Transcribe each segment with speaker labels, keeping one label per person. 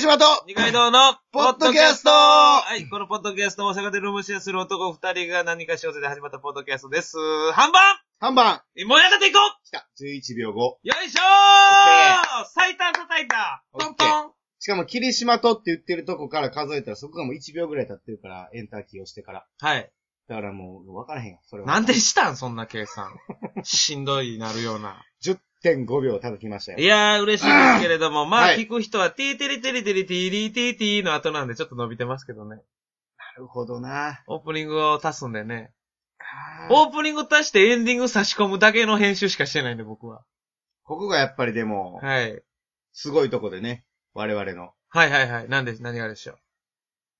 Speaker 1: 島と、
Speaker 2: 二階堂の、
Speaker 1: ポッドキャスト
Speaker 2: はい、このポッドキャスト、大阪でルームシェアする男二人が何か小説で始まったポッドキャストです。半番
Speaker 1: 3番、
Speaker 2: 盛り上がっていこう
Speaker 1: 来た。11秒5。
Speaker 2: よいしょ
Speaker 1: オ
Speaker 2: ー最短叩いた
Speaker 1: オッケ
Speaker 2: ポ
Speaker 1: ー
Speaker 2: ンポン
Speaker 1: しかも、霧島とって言ってるとこから数えたら、そこがもう1秒ぐらい経ってるから、エンターキーを押してから。
Speaker 2: はい。
Speaker 1: だからもう、分からへんよ、それは。
Speaker 2: なんでしたんそんな計算。しんどいなるような。
Speaker 1: ?10.5 秒叩きましたよ。
Speaker 2: いやー、嬉しいですけれども、まあ、
Speaker 1: はい
Speaker 2: 聞く人は、ティーテレテレテレティリーティーティーの後なんでちょっと伸びてますけどね。
Speaker 1: なるほどな
Speaker 2: オープニングを足すんでね。
Speaker 1: あー
Speaker 2: オープニング足してエンディング差し込むだけの編集しかしてないんで、僕は。
Speaker 1: ここがやっぱりでも、
Speaker 2: はい。
Speaker 1: すごいとこでね、我々の。
Speaker 2: はいはいはい。なんで、何がでしょ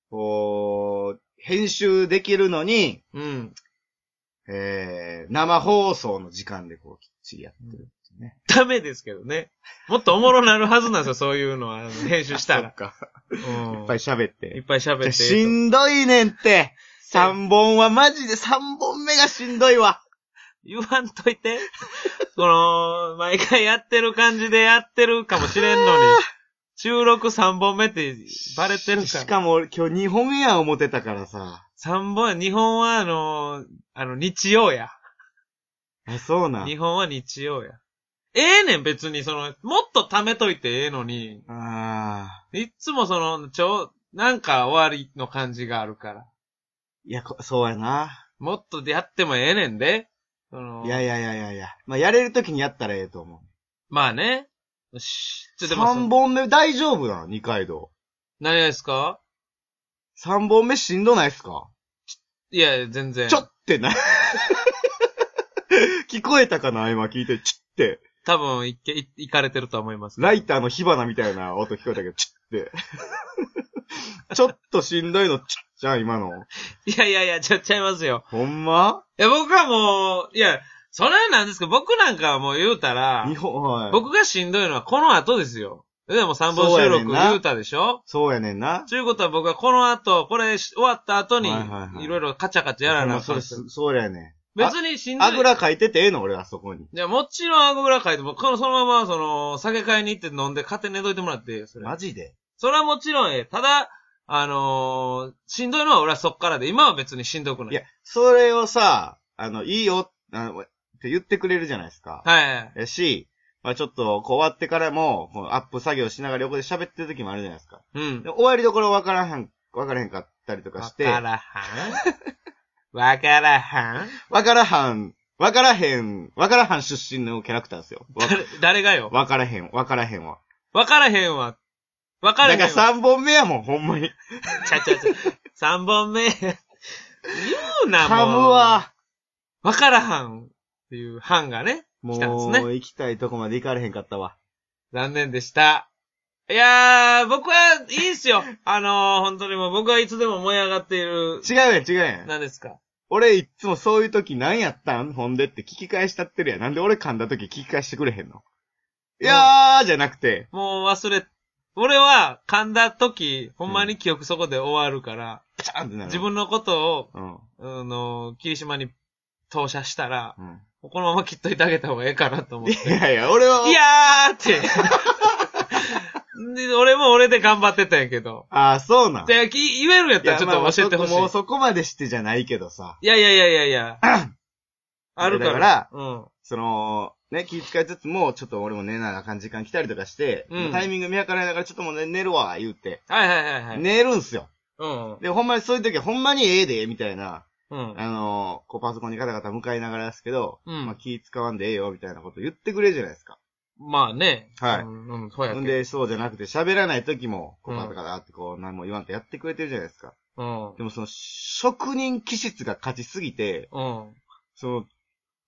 Speaker 1: こう、編集できるのに、
Speaker 2: う。うん。
Speaker 1: えー、生放送の時間でこう、きっちりやってるっていうね。
Speaker 2: ダメですけどね。もっとおもろなるはずなんで すよ、そういうのは。あの編集した
Speaker 1: そ
Speaker 2: ら
Speaker 1: っ。か。
Speaker 2: うん
Speaker 1: いっぱい喋って。
Speaker 2: いっぱい喋って。
Speaker 1: しんどいねんって。
Speaker 2: そう
Speaker 1: 三本はマジで三本目がしんどいわ。
Speaker 2: 言わんといて。この、毎回やってる感じでやってるかもしれんのに。収録3本目ってバレてる
Speaker 1: し
Speaker 2: から。
Speaker 1: かも俺今日二本や思ってたからさ。
Speaker 2: 3本は、日本はあのーあの、日曜や。
Speaker 1: あ、そうなん。
Speaker 2: 日本は日曜や。ええねん、別に、その、もっと貯めといてええのに、
Speaker 1: ああ。
Speaker 2: いっつもその、ちょ、なんか終わりの感じがあるから。
Speaker 1: いや、こそうやな。
Speaker 2: もっとでやってもええねんで。その
Speaker 1: いやいやいやいやいや。まあ、やれるときにやったらええと思
Speaker 2: まあね。よし。ち
Speaker 1: う。
Speaker 2: ょ、でもそ
Speaker 1: 三
Speaker 2: の、
Speaker 1: 本目大丈夫なの二階堂。
Speaker 2: 何がですか
Speaker 1: 三本目しんどないっすか
Speaker 2: いや、全然。
Speaker 1: ちょってな。 聞こえたかな今聞いて。ちょって。
Speaker 2: 多分、いけ、い、いかれてると思います。
Speaker 1: ライターの火花みたいな音聞こえたけど、ちょって。 ちょっとしんどいの、ちょじゃあ今の。
Speaker 2: いやいやいや、ちゃっちゃいますよ。
Speaker 1: ほんま
Speaker 2: いや、僕はもう、いや、それはなんですけど、僕なんかはもう言うたら
Speaker 1: 日、本、はい。
Speaker 2: 僕がしんどいのはこの後ですよ。でも3本
Speaker 1: そう
Speaker 2: 収
Speaker 1: やねん
Speaker 2: 録
Speaker 1: な
Speaker 2: 言うたでしょ
Speaker 1: そうやねんな。
Speaker 2: ということは僕はこの後、これし終わった後に
Speaker 1: はいはいは、い
Speaker 2: いろいろカチャカチャやらなあ
Speaker 1: ほ
Speaker 2: か
Speaker 1: ん
Speaker 2: ん
Speaker 1: まそれ、そうやねん。
Speaker 2: 別にしんどい
Speaker 1: あ。ぐら書いててええの俺はそこに。
Speaker 2: いや、もちろんあぐらかいて、もうこのそのまま、その、酒買いに行って飲んで、勝手に寝といてもらっていいよそれ。
Speaker 1: マジで
Speaker 2: それはもちろんええ。ただ、あのーしんどいのは俺はそっからで、今は別にしんどくない。
Speaker 1: いや、それをさ、あの、いいよ、あのって言ってくれるじゃないですか。
Speaker 2: はいはい。
Speaker 1: やし、まあちょっと、こう終わってからも、こうアップ作業しながら横で喋ってる時もあるじゃないですか。
Speaker 2: うん
Speaker 1: で。終わりどころわからはん、わからへんかったりとか
Speaker 2: わ
Speaker 1: し
Speaker 2: か
Speaker 1: て、
Speaker 2: らはんわからはん
Speaker 1: わからはん、わからへん、わからはん出身のキャラクターですよ。わ
Speaker 2: 誰誰がよ。
Speaker 1: わからへん、わからへんは。
Speaker 2: わからへんわ。わからへ
Speaker 1: だ
Speaker 2: ん
Speaker 1: か
Speaker 2: わ。
Speaker 1: ら3本目やもん、ほんまに。
Speaker 2: ちゃちゃちゃ。三本目。言うな、もう。
Speaker 1: ハムは。
Speaker 2: わからはんっていうはんがね、
Speaker 1: も
Speaker 2: 来たんですね
Speaker 1: う、行きたいとこまで行かれへんかったわ。
Speaker 2: 残念でした。いやー、僕はいいっすよ。 あのー、本当にもう僕はいつでも燃え上がっている。
Speaker 1: 違うやん、違うやん。
Speaker 2: 何ですか
Speaker 1: 俺、いっつもそういう時何やったんほんでって聞き返したってるやん。なんで俺噛んだ時聞き返してくれへんのいやーじゃなくて、
Speaker 2: もう忘れ、俺は噛んだ時、ほんまに記憶そこで終わるから、
Speaker 1: パチャンってなる。
Speaker 2: 自。分のことを、
Speaker 1: うん。
Speaker 2: あのー、霧島に投射したら、
Speaker 1: うん。
Speaker 2: このまま切っといてあげた方がええかなと思 って。
Speaker 1: いやいや、俺は、
Speaker 2: いやーって。 で俺も俺で頑張ってたんやけど。
Speaker 1: ああ、そうなん。
Speaker 2: で、き言えるんやっ
Speaker 1: い
Speaker 2: た
Speaker 1: や
Speaker 2: らちょっ
Speaker 1: まあまあ
Speaker 2: と教えてほしい。
Speaker 1: そもうそこまでしてじゃないけどさ、
Speaker 2: いやいやいやいやい や。あるから。
Speaker 1: だから
Speaker 2: うん。
Speaker 1: その、ね、気遣いつつも、ちょっと俺も寝なあかん時間来たりとかして、
Speaker 2: うん
Speaker 1: タイミング見計らいながらちょっともう、ね、寝るわ、言うて、
Speaker 2: はいはいはいはい。
Speaker 1: 寝るんすよ。
Speaker 2: うん。
Speaker 1: で、ほんまにそういう時はほんまにええで、みたいな。
Speaker 2: うん。
Speaker 1: あのーこうパソコンにガタガタ向かいながらですけど、
Speaker 2: うん
Speaker 1: まあ気使わんでええよ、みたいなこと言ってくれるじゃないですか。
Speaker 2: まあね。
Speaker 1: はい
Speaker 2: うん、うん、そうやけど
Speaker 1: ほん、で、そうじゃなくて喋らない時も、こう
Speaker 2: うん
Speaker 1: パタガタってこう何も言わんとやってくれてるじゃないですか。
Speaker 2: うん。
Speaker 1: でもその、職人気質が勝ちすぎて、
Speaker 2: うん。
Speaker 1: その、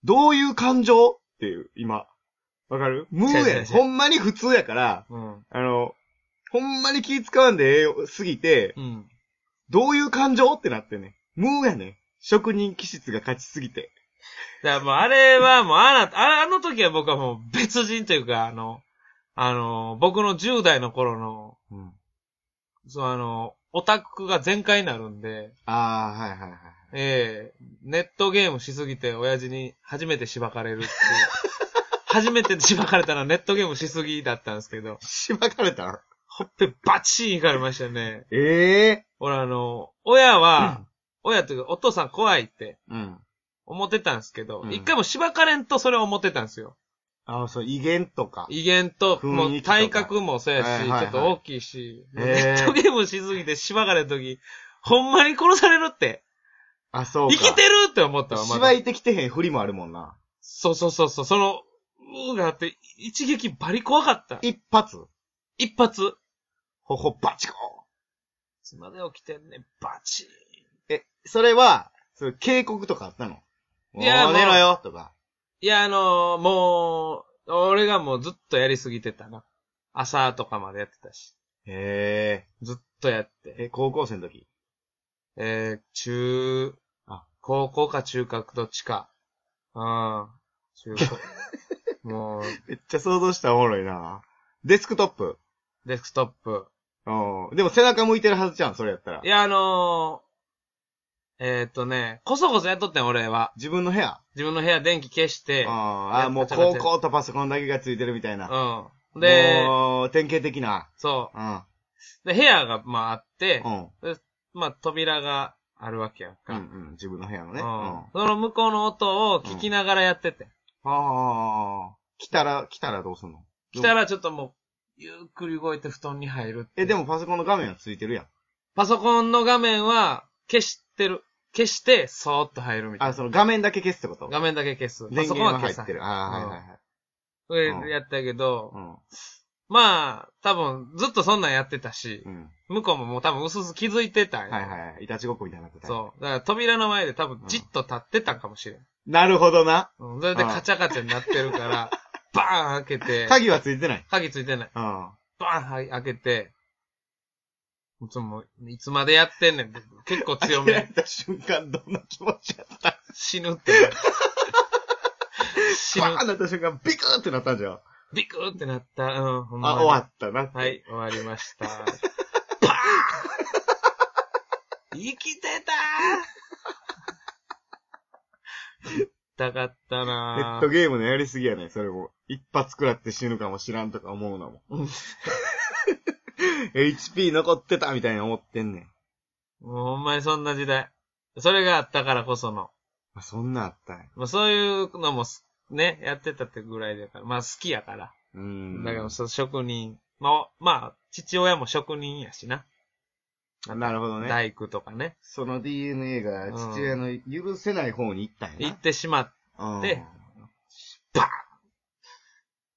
Speaker 1: どういう感情っていう、今。わかる無
Speaker 2: 違う違う違
Speaker 1: や。
Speaker 2: うん
Speaker 1: ほんまに普通やから、
Speaker 2: うん。
Speaker 1: あの、ほんまに気使わんでええよ、すぎて、
Speaker 2: うん。
Speaker 1: どういう感情ってなってね。無やねん。職人気質が勝ちすぎて。
Speaker 2: だからもうあれはもうあなた、ああの時は僕はもう別人というか、あの、あの、僕の10代の頃の、
Speaker 1: うん。
Speaker 2: そうあの、オタクが全開になるんで、
Speaker 1: ああ、はいはいはい。
Speaker 2: ええネットゲームしすぎて親父に初めてしばかれるってい う。初めてしばかれたのはネットゲームしすぎだったんですけど、
Speaker 1: しばかれた
Speaker 2: ほっぺバチンいかれましたね。
Speaker 1: ええ
Speaker 2: 俺あの、親は、親というかお父さん怖いって
Speaker 1: うん。
Speaker 2: 思ってたんですけど、
Speaker 1: うん
Speaker 2: 一回もしばかれんとそれを思ってたんですよ。
Speaker 1: ああ、そう、威厳とか。
Speaker 2: 威厳と、
Speaker 1: 雰囲気とか
Speaker 2: もう体格もそうやし、
Speaker 1: はいはいはい
Speaker 2: ちょっと大きいし、
Speaker 1: へー
Speaker 2: ネットゲームしすぎてしばかれん時、ほんまに殺されるって、
Speaker 1: あ、そう
Speaker 2: 生
Speaker 1: か。
Speaker 2: きてるって思ったわ、ま
Speaker 1: 芝
Speaker 2: だ。
Speaker 1: 居てきてへん振りもあるもんな。
Speaker 2: そうそうそうそう、その、うーがあって、一撃バリ怖かった。
Speaker 1: 一発、
Speaker 2: 一発。
Speaker 1: ほほ、バチコーン
Speaker 2: 妻で起きてんね、バチーン。
Speaker 1: え、それは、そう警告とかあったの
Speaker 2: いや
Speaker 1: もう
Speaker 2: まあ
Speaker 1: 寝ろよ、とか。
Speaker 2: いや、あのーもう、俺がもうずっとやりすぎてたな。朝とかまでやってたし。
Speaker 1: へ
Speaker 2: ずっとやって。
Speaker 1: え。え、高校生の時。
Speaker 2: えー、中
Speaker 1: あ、
Speaker 2: 高校か中学どっちか。うん。中 高。もう、
Speaker 1: めっちゃ想像したらおもろいな。デスクトップ。
Speaker 2: デスクトップ。
Speaker 1: うん。でも背中向いてるはずじゃん、それやったら
Speaker 2: い。や、あのーえー、っとね、こそこそやっとってん、俺は。
Speaker 1: 自分の部屋。
Speaker 2: 自分の部屋電気消して。
Speaker 1: うんああ、もう高校とパソコンだけがついてるみたいな。
Speaker 2: うん。で、
Speaker 1: もう、典型的な。
Speaker 2: そ
Speaker 1: うん。
Speaker 2: う。で、部屋が、まあ、あって、
Speaker 1: うん。
Speaker 2: まあ、扉があるわけやん
Speaker 1: う
Speaker 2: か。
Speaker 1: ん、うん。自分の部屋のね。
Speaker 2: う
Speaker 1: うんん。あ
Speaker 2: その向こうの音を聞きながらやってて。
Speaker 1: あ。来たら、来たらどうすんの
Speaker 2: 来たらちょっともう、ゆっくり動いて布団に入るって。
Speaker 1: え、でもパソコンの画面はついてるやん。
Speaker 2: パソコンの画面は消してる。消して、そーっと入るみたい
Speaker 1: あ、その画面だけ消すってこと
Speaker 2: な。画面だけ消す。パ
Speaker 1: 電
Speaker 2: ソコ
Speaker 1: 源
Speaker 2: ンは
Speaker 1: は入
Speaker 2: 消さ
Speaker 1: ってる。ああ、はいはいは
Speaker 2: な
Speaker 1: い。
Speaker 2: い。
Speaker 1: うん
Speaker 2: これやったけど、
Speaker 1: うん。
Speaker 2: まあ、多分、ずっとそんなんやってたし、
Speaker 1: うん。
Speaker 2: 向こうももう多分、薄々気づいてたんや。
Speaker 1: はいはいはい。いたちごっこみたいになってた。
Speaker 2: そう。だから扉の前で多分、じっと立ってたかもしれん。
Speaker 1: なるほどな。
Speaker 2: うん、それでカチャカチャになってる から、バーン開けて、
Speaker 1: 鍵はついてない。
Speaker 2: 鍵ついてない。
Speaker 1: うん。
Speaker 2: バーンはい開けて、いつも、いつまでやってんねん。結構強め
Speaker 1: 開け。られた瞬間、どんな気持ちやった
Speaker 2: 死ぬっ て。死ぬ
Speaker 1: バー。ンなった瞬間、ビクーってなったんじゃん。
Speaker 2: ビクーってなった。うん、ほんま
Speaker 1: あ、
Speaker 2: に
Speaker 1: 終わったな。
Speaker 2: はい、終わりま した。バーン生きてたー痛かった
Speaker 1: ネッ
Speaker 2: な
Speaker 1: トゲームのやりすぎやねそれも。一発食らって死ぬかもしらんとか思うの も。HP 残ってたみたいな思ってんねん。
Speaker 2: もうほんまにそんな時代。それがあったからこその。
Speaker 1: あそんなんあったんや。
Speaker 2: まあそういうのもす、ね、やってたってぐらいだから。まあ好きやから。
Speaker 1: うん。
Speaker 2: だから、そう、職人。まあ、まあ、父親も職人やしな。
Speaker 1: なるほどね。
Speaker 2: 大工とかね。
Speaker 1: その DNA が父親の許せない方に行ったん
Speaker 2: 行っ
Speaker 1: や
Speaker 2: てしまっ
Speaker 1: な。うん
Speaker 2: でバ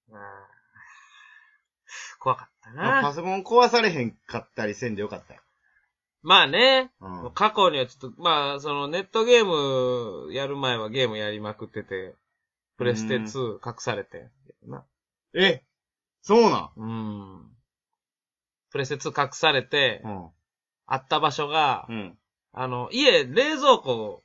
Speaker 2: ーンあー怖かった
Speaker 1: まあパ
Speaker 2: な。
Speaker 1: ソコン壊されへんかったりせんでよかったよ。
Speaker 2: まあね、
Speaker 1: うん。
Speaker 2: 過去にはちょっと、まあ、そのネットゲームやる前はゲームやりまくってて、プレステ2隠されて。な
Speaker 1: えそうなん
Speaker 2: うん。プレステ2隠されて、あった場所が
Speaker 1: う、ん。
Speaker 2: あの、家、冷蔵庫、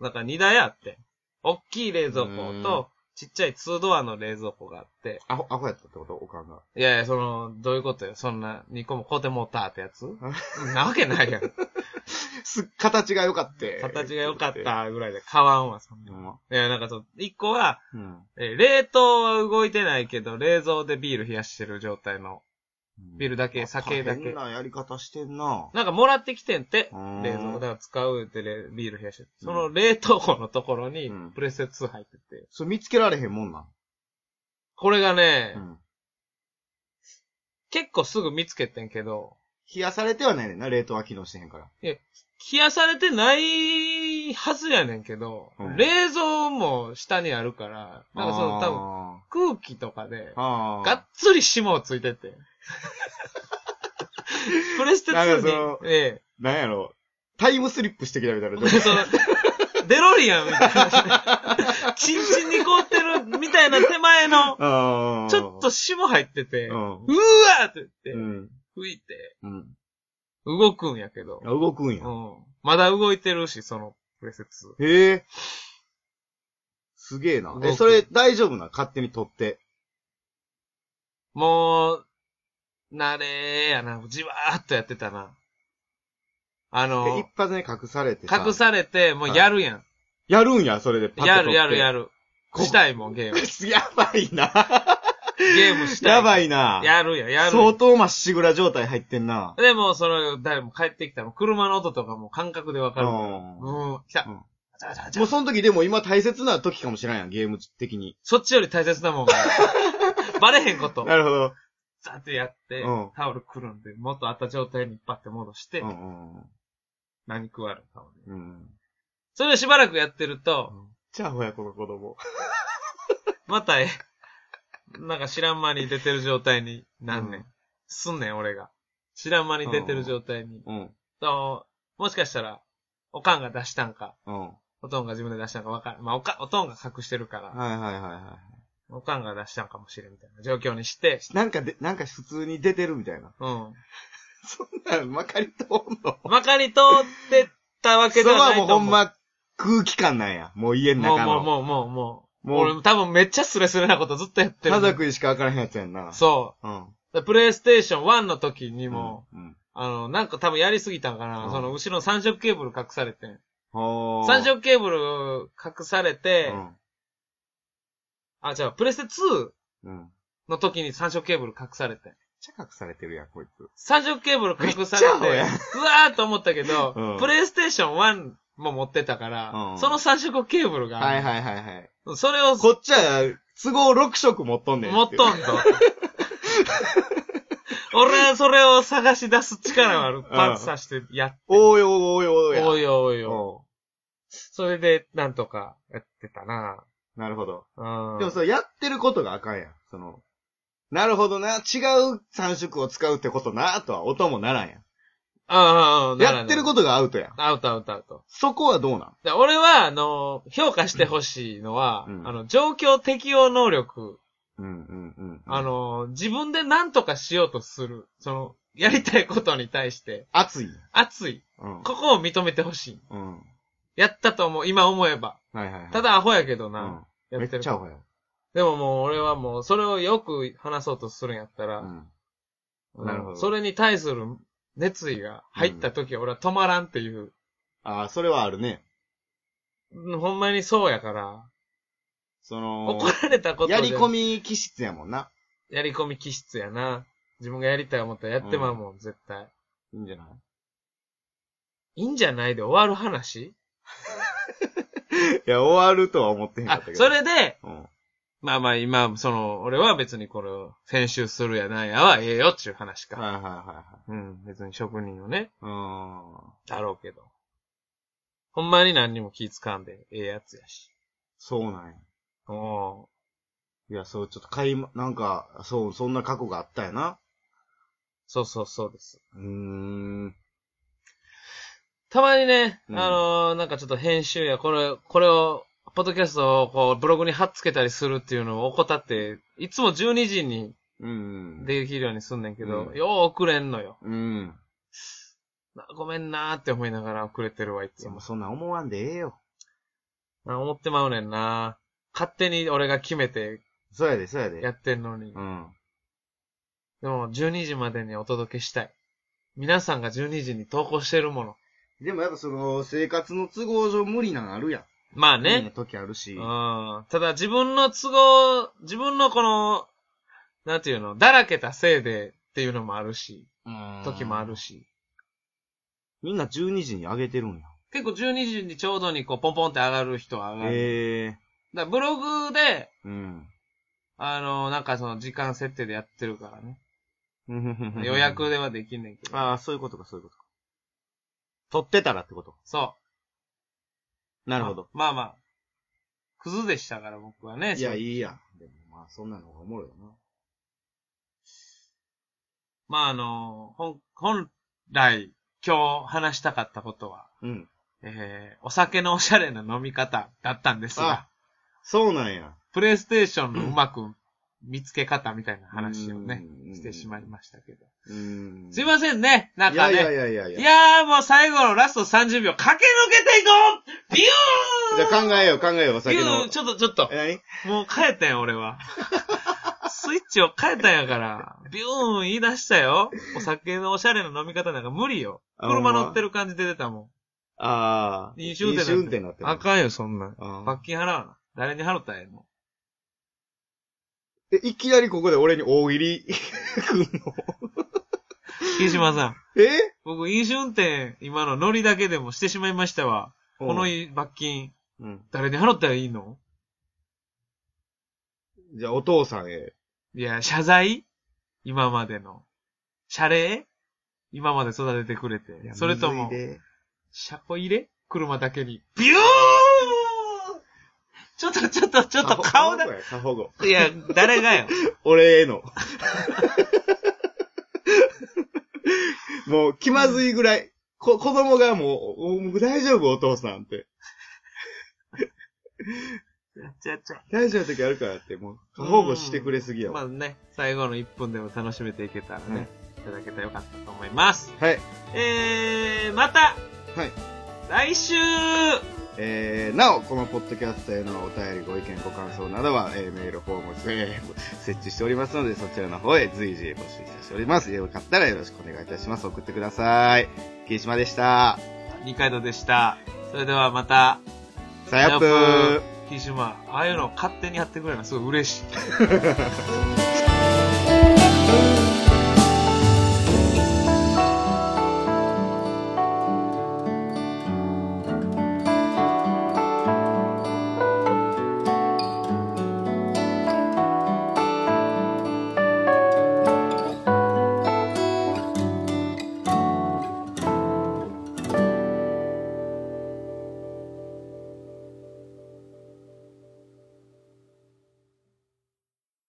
Speaker 2: なんか2台あって。大きい冷蔵庫と、ちっちゃい2ドアの冷蔵庫があって。
Speaker 1: アホ、アホやったってことおかんが。
Speaker 2: いやいや、その、どういうことよ。そんな、2個も買うてもうたってや つなわけないやん。
Speaker 1: す、形が良かっ て。
Speaker 2: 形が良かっ。たぐらいで買わんわ、そん
Speaker 1: う
Speaker 2: な。
Speaker 1: ん。
Speaker 2: いや、なんかそう、1個は、
Speaker 1: うん。
Speaker 2: えー冷凍は動いてないけど、冷蔵でビール冷やしてる状態の、ビールだけ、酒だ
Speaker 1: 変
Speaker 2: け。
Speaker 1: なやり方してんな。
Speaker 2: なんかもらってきてんて、
Speaker 1: うん
Speaker 2: 冷蔵庫。だから使うってレビール冷やしてる。その冷凍庫のところに
Speaker 1: うん、
Speaker 2: プレステ2入ってて。
Speaker 1: それ見つけられへんもんな。
Speaker 2: これがね、
Speaker 1: うん。
Speaker 2: 結構すぐ見つけてんけど、
Speaker 1: 冷やされてはないねんな、冷凍は機能してへんから。
Speaker 2: 冷やされてないはずやねんけど、
Speaker 1: うん
Speaker 2: 冷蔵も下にあるから、なんかその多
Speaker 1: 分。
Speaker 2: 分空気とかで、
Speaker 1: あー
Speaker 2: がっつり霜ついて て。プレステ
Speaker 1: な
Speaker 2: 2
Speaker 1: んかその
Speaker 2: に、え
Speaker 1: なんやろ。タイムスリップしてきたみたいな。
Speaker 2: え、その、デロリアンみたいな。 チンチンに凍ってるみたいな手前の、
Speaker 1: あー
Speaker 2: ちょっと、霜入ってて、
Speaker 1: う
Speaker 2: うわ
Speaker 1: ん。
Speaker 2: ーって言
Speaker 1: う
Speaker 2: って、
Speaker 1: ん。
Speaker 2: 吹いて、
Speaker 1: うん。
Speaker 2: 動くんやけど
Speaker 1: あ、動くんや
Speaker 2: う。ん。まだ動いてるし、その、プレステ2。
Speaker 1: へえ。すげえな
Speaker 2: 動。く
Speaker 1: え、それ大丈夫な勝手に取って。
Speaker 2: もう、慣れやな。じわーっとやってたな。あ
Speaker 1: え
Speaker 2: の
Speaker 1: 一、発目隠されてさ。
Speaker 2: 隠されて、もうやるやん。
Speaker 1: やるんや、それで。
Speaker 2: やるやるや
Speaker 1: る。
Speaker 2: る。
Speaker 1: こ
Speaker 2: したいもん、ゲーム。
Speaker 1: やばいな。
Speaker 2: ゲームしたい。
Speaker 1: やばいな。
Speaker 2: やるや、やる
Speaker 1: 相
Speaker 2: よ。
Speaker 1: 当まっしぐら状態入ってんな。
Speaker 2: でも、その、誰も帰ってきたら、車の音とかも感覚でわかるから。
Speaker 1: うん
Speaker 2: うん、来た。
Speaker 1: うん
Speaker 2: ガチャガチャガチャ
Speaker 1: もうその時でも今大切な時かもしれんやん、ゲーム的に。
Speaker 2: そっちより大切なも んがあるバレへんこと。
Speaker 1: なるほど。
Speaker 2: ザーってやって、
Speaker 1: うん
Speaker 2: タオルくるんで、元あった状態にパッて戻して、
Speaker 1: うんうん
Speaker 2: 何食われタオル。
Speaker 1: うんうん。
Speaker 2: それをしばらくやってると、
Speaker 1: じゃあほやこの子供。
Speaker 2: また、えなんか知らん間に出てる状態になんねん。
Speaker 1: うん
Speaker 2: すんねん、俺が。知らん間に出てる状態に。
Speaker 1: うん。
Speaker 2: ともしかしたら、おかんが出したんか、
Speaker 1: うん。は
Speaker 2: おとんが自分で出したんかわからん。まあ、おか、おとんが隠してるか
Speaker 1: い
Speaker 2: ら、
Speaker 1: はいはいは
Speaker 2: おかんが出したんかもしれんみたいな状況にして、
Speaker 1: い。なんかで、なんか普通に出てるみ たいな。
Speaker 2: うん。
Speaker 1: そんなんまかり通んの。
Speaker 2: まかり通ってたわ
Speaker 1: そ
Speaker 2: け
Speaker 1: れ
Speaker 2: ではな
Speaker 1: はい
Speaker 2: と
Speaker 1: もう
Speaker 2: 思
Speaker 1: ほ
Speaker 2: う。
Speaker 1: んま空気感なんや。もう家の中の。
Speaker 2: もうもうもうもうもう。
Speaker 1: もう
Speaker 2: 俺多分めっちゃスレスレなことずっとやってる。
Speaker 1: 家族にしか分からへんやつやんな。
Speaker 2: そ
Speaker 1: うん。
Speaker 2: う。プレイステーション1の時にも、
Speaker 1: うん。うん。
Speaker 2: あの、なんか多分やりすぎたんかな。
Speaker 1: うん
Speaker 2: その後ろの三色ケーブル隠されてん。
Speaker 1: ほー
Speaker 2: 三色ケーブル隠されて、
Speaker 1: うん
Speaker 2: あ、じゃあプレステ2
Speaker 1: うん。めっ
Speaker 2: の時に三色ケーブル隠されてん。
Speaker 1: ちゃ隠されてるやん、こいつ。
Speaker 2: 三色ケーブル隠され
Speaker 1: めっちゃアホ
Speaker 2: て
Speaker 1: やん、
Speaker 2: うわーと思ったけど、
Speaker 1: うん
Speaker 2: プレイステーション1も持ってたから、
Speaker 1: うん
Speaker 2: その三色ケーブルが、
Speaker 1: はいはいはいはい。
Speaker 2: それを
Speaker 1: こっちは、都合6色持っとんねんて。
Speaker 2: 持っとんぞ。俺はそれを探し出す力はある。パンツさしてやっ
Speaker 1: おーよおーよおー
Speaker 2: て。
Speaker 1: よ。
Speaker 2: おいおいおい。
Speaker 1: よ。
Speaker 2: それで、なんとかやってたな
Speaker 1: なるほど。
Speaker 2: うん。
Speaker 1: でもそれやってることがあかんやん。その、なるほどな、違う三色を使うってことな、とは音もならんやん。
Speaker 2: うんうんうん。
Speaker 1: やってる
Speaker 2: と。
Speaker 1: ことがアウトやん。
Speaker 2: アウトアウトアウト。
Speaker 1: そこはどうなん
Speaker 2: で俺は、あの、評価してほしいのは、
Speaker 1: うん
Speaker 2: あの、状況適応能力。
Speaker 1: うんうんうん。
Speaker 2: あ、の、自分で何とかしようとする。その、やりたいことに対して、
Speaker 1: 熱い。
Speaker 2: 熱い。
Speaker 1: うん。
Speaker 2: ここを認めてほしい。
Speaker 1: うん。
Speaker 2: やったと思う、今思えば。
Speaker 1: はいはいはい。
Speaker 2: ただアホやけど
Speaker 1: う
Speaker 2: な。
Speaker 1: ん、
Speaker 2: や
Speaker 1: め
Speaker 2: って
Speaker 1: っ
Speaker 2: る
Speaker 1: ちゃアホやん。
Speaker 2: でももう俺はもうそれをよく話そうとするんやったら、
Speaker 1: うん。
Speaker 2: うん
Speaker 1: なるほど
Speaker 2: それに対する熱意が入った時は俺は止まらんっていう、
Speaker 1: ああ、それはあるね。
Speaker 2: うんほんまにそうやから、
Speaker 1: その
Speaker 2: 怒、られたことで
Speaker 1: やり込み気質やもんな。
Speaker 2: やり込み気質やな。自分がやりたい思ったらやってまうもん、絶対。
Speaker 1: いいんじゃない
Speaker 2: いいんじゃないで終わる話
Speaker 1: いや、終わるとは思ってへんかっ
Speaker 2: あ
Speaker 1: たけ、ど。
Speaker 2: そ、れで、
Speaker 1: うん。
Speaker 2: まあまあ今、その、俺は別にこれを編集するやなんやはええよっていう話か。
Speaker 1: はいはいは
Speaker 2: うん、別に職人をね、
Speaker 1: いはい。うん。
Speaker 2: だろうけど。ほんまに何にも気使わんでええやつやし。
Speaker 1: そうなんや。
Speaker 2: おー
Speaker 1: いや、そう、ちょっと買いま、なんか、そう、そんな過去があったよな。
Speaker 2: そうそうそうです。
Speaker 1: うーん。
Speaker 2: たまにね、
Speaker 1: うん
Speaker 2: あのーなんかちょっと編集や、これ、これを、ポッドキャストをこう、ブログに貼っつけたりするっていうのを怠って、いつも12時に
Speaker 1: うん。、
Speaker 2: できるようにすんねんけど、
Speaker 1: うん
Speaker 2: よう遅れんのよ。
Speaker 1: うん。
Speaker 2: なごめんなーって思いながら遅れてるわ、い
Speaker 1: い
Speaker 2: つ
Speaker 1: や、も
Speaker 2: も
Speaker 1: う。そんな思わんでええよ。
Speaker 2: な思ってまうねんな勝手に俺が決めて
Speaker 1: そうやで、そうやで。
Speaker 2: やってんのに。
Speaker 1: うん。
Speaker 2: でも、12時までにお届けしたい。皆さんが12時に投稿してるもの。
Speaker 1: でもやっぱその、生活の都合上無理なんあるやん。
Speaker 2: まあ
Speaker 1: 無理
Speaker 2: ね
Speaker 1: な。時あるし。
Speaker 2: うんただ自分の都合、自分のこの、なんていうの、だらけたせいでっていうのもあるし、
Speaker 1: うん
Speaker 2: 時もある。し。
Speaker 1: みんな12時に上げてるんや。
Speaker 2: 結構12時にちょうどにこうポンポンって上がる人は上がる。
Speaker 1: ええ
Speaker 2: だからブログで、
Speaker 1: うん。
Speaker 2: あの、なんかその時間設定でやってるからね。
Speaker 1: うん
Speaker 2: 予約。ではできんねんけど。
Speaker 1: ああ、そういうことか、そういうことか。撮ってたらってこと。
Speaker 2: そ
Speaker 1: な
Speaker 2: う。
Speaker 1: るほど。。
Speaker 2: まあまあ。クズでしたから僕はね。
Speaker 1: いや、
Speaker 2: そう
Speaker 1: いいやん。でも、まあ、そんなのがおもろいよな。
Speaker 2: まああの、本、本来今日話したかったことは、
Speaker 1: うん。
Speaker 2: えー、お酒のおしゃれな飲み方だったんですが。
Speaker 1: あそうなんや。
Speaker 2: プレイステーションのうまく見つけ方みたいな話をね、してしまいましたけど。
Speaker 1: うーん。
Speaker 2: すいませんね、なんかね。
Speaker 1: いやいやいやいやいや。
Speaker 2: いやーもう最後のラスト30秒、駆け抜けていこうビ
Speaker 1: じ
Speaker 2: ュ
Speaker 1: ゃ
Speaker 2: ー
Speaker 1: あ考えよう考えよう、お
Speaker 2: ビ
Speaker 1: 酒
Speaker 2: ュ
Speaker 1: の
Speaker 2: ー。ちょっとちょっと
Speaker 1: え、、何
Speaker 2: もう変えたよ俺は。スイッチを変えたんやから、ビューン言い出したよ。お酒のおしゃれな飲み方なんか無理よ。車乗って
Speaker 1: る。
Speaker 2: る感じで出たも
Speaker 1: あー。
Speaker 2: 飲酒運転
Speaker 1: 飲酒運転になって
Speaker 2: ん。
Speaker 1: る
Speaker 2: あかんよ、そんなん。
Speaker 1: あー
Speaker 2: 罰金払わな。誰に払ったらええの
Speaker 1: えいきなりここで俺に大喜利 くんの。
Speaker 2: 木島さん。
Speaker 1: え
Speaker 2: 僕、飲酒運転、今のノリだけでもしてしまいましたわ。この
Speaker 1: うん
Speaker 2: 罰金、
Speaker 1: うん。
Speaker 2: 誰に払ったらいいの
Speaker 1: じゃあお父さんへ。
Speaker 2: いや、謝罪今までの。謝礼今まで育ててくれて。それとも、車庫入れ車だけに。ビューちょっと、ちょっと、ち
Speaker 1: ち
Speaker 2: ょっと顔だ。。
Speaker 1: 過保護。
Speaker 2: いや、誰がよ。
Speaker 1: 俺への。もう気まずいぐらい。こ子供がもうお、もう大丈夫お父さんって。
Speaker 2: ちゃちゃ。
Speaker 1: 大丈夫な時あるからって、もう、過保護してくれすぎや
Speaker 2: ま
Speaker 1: わ。
Speaker 2: あね、最後の1分でも楽しめていけたらね、いただけたらよかったと思います。
Speaker 1: はい。
Speaker 2: えー、また
Speaker 1: はい。
Speaker 2: 来週
Speaker 1: えー、なお、このポッドキャストへのお便り、ご意見、ご感想などは、えー、メールフォーム、えー、設置しておりますので、そちらの方へ随時募集いたしております。よかったらよろしくお願いいたします。送ってください。霧島でした。
Speaker 2: 二階堂でした。それではまた、
Speaker 1: さやっぷ
Speaker 2: さやっ
Speaker 1: ー
Speaker 2: ぷ。岸島、ああいうの勝手にやってくれるのすごい嬉しい。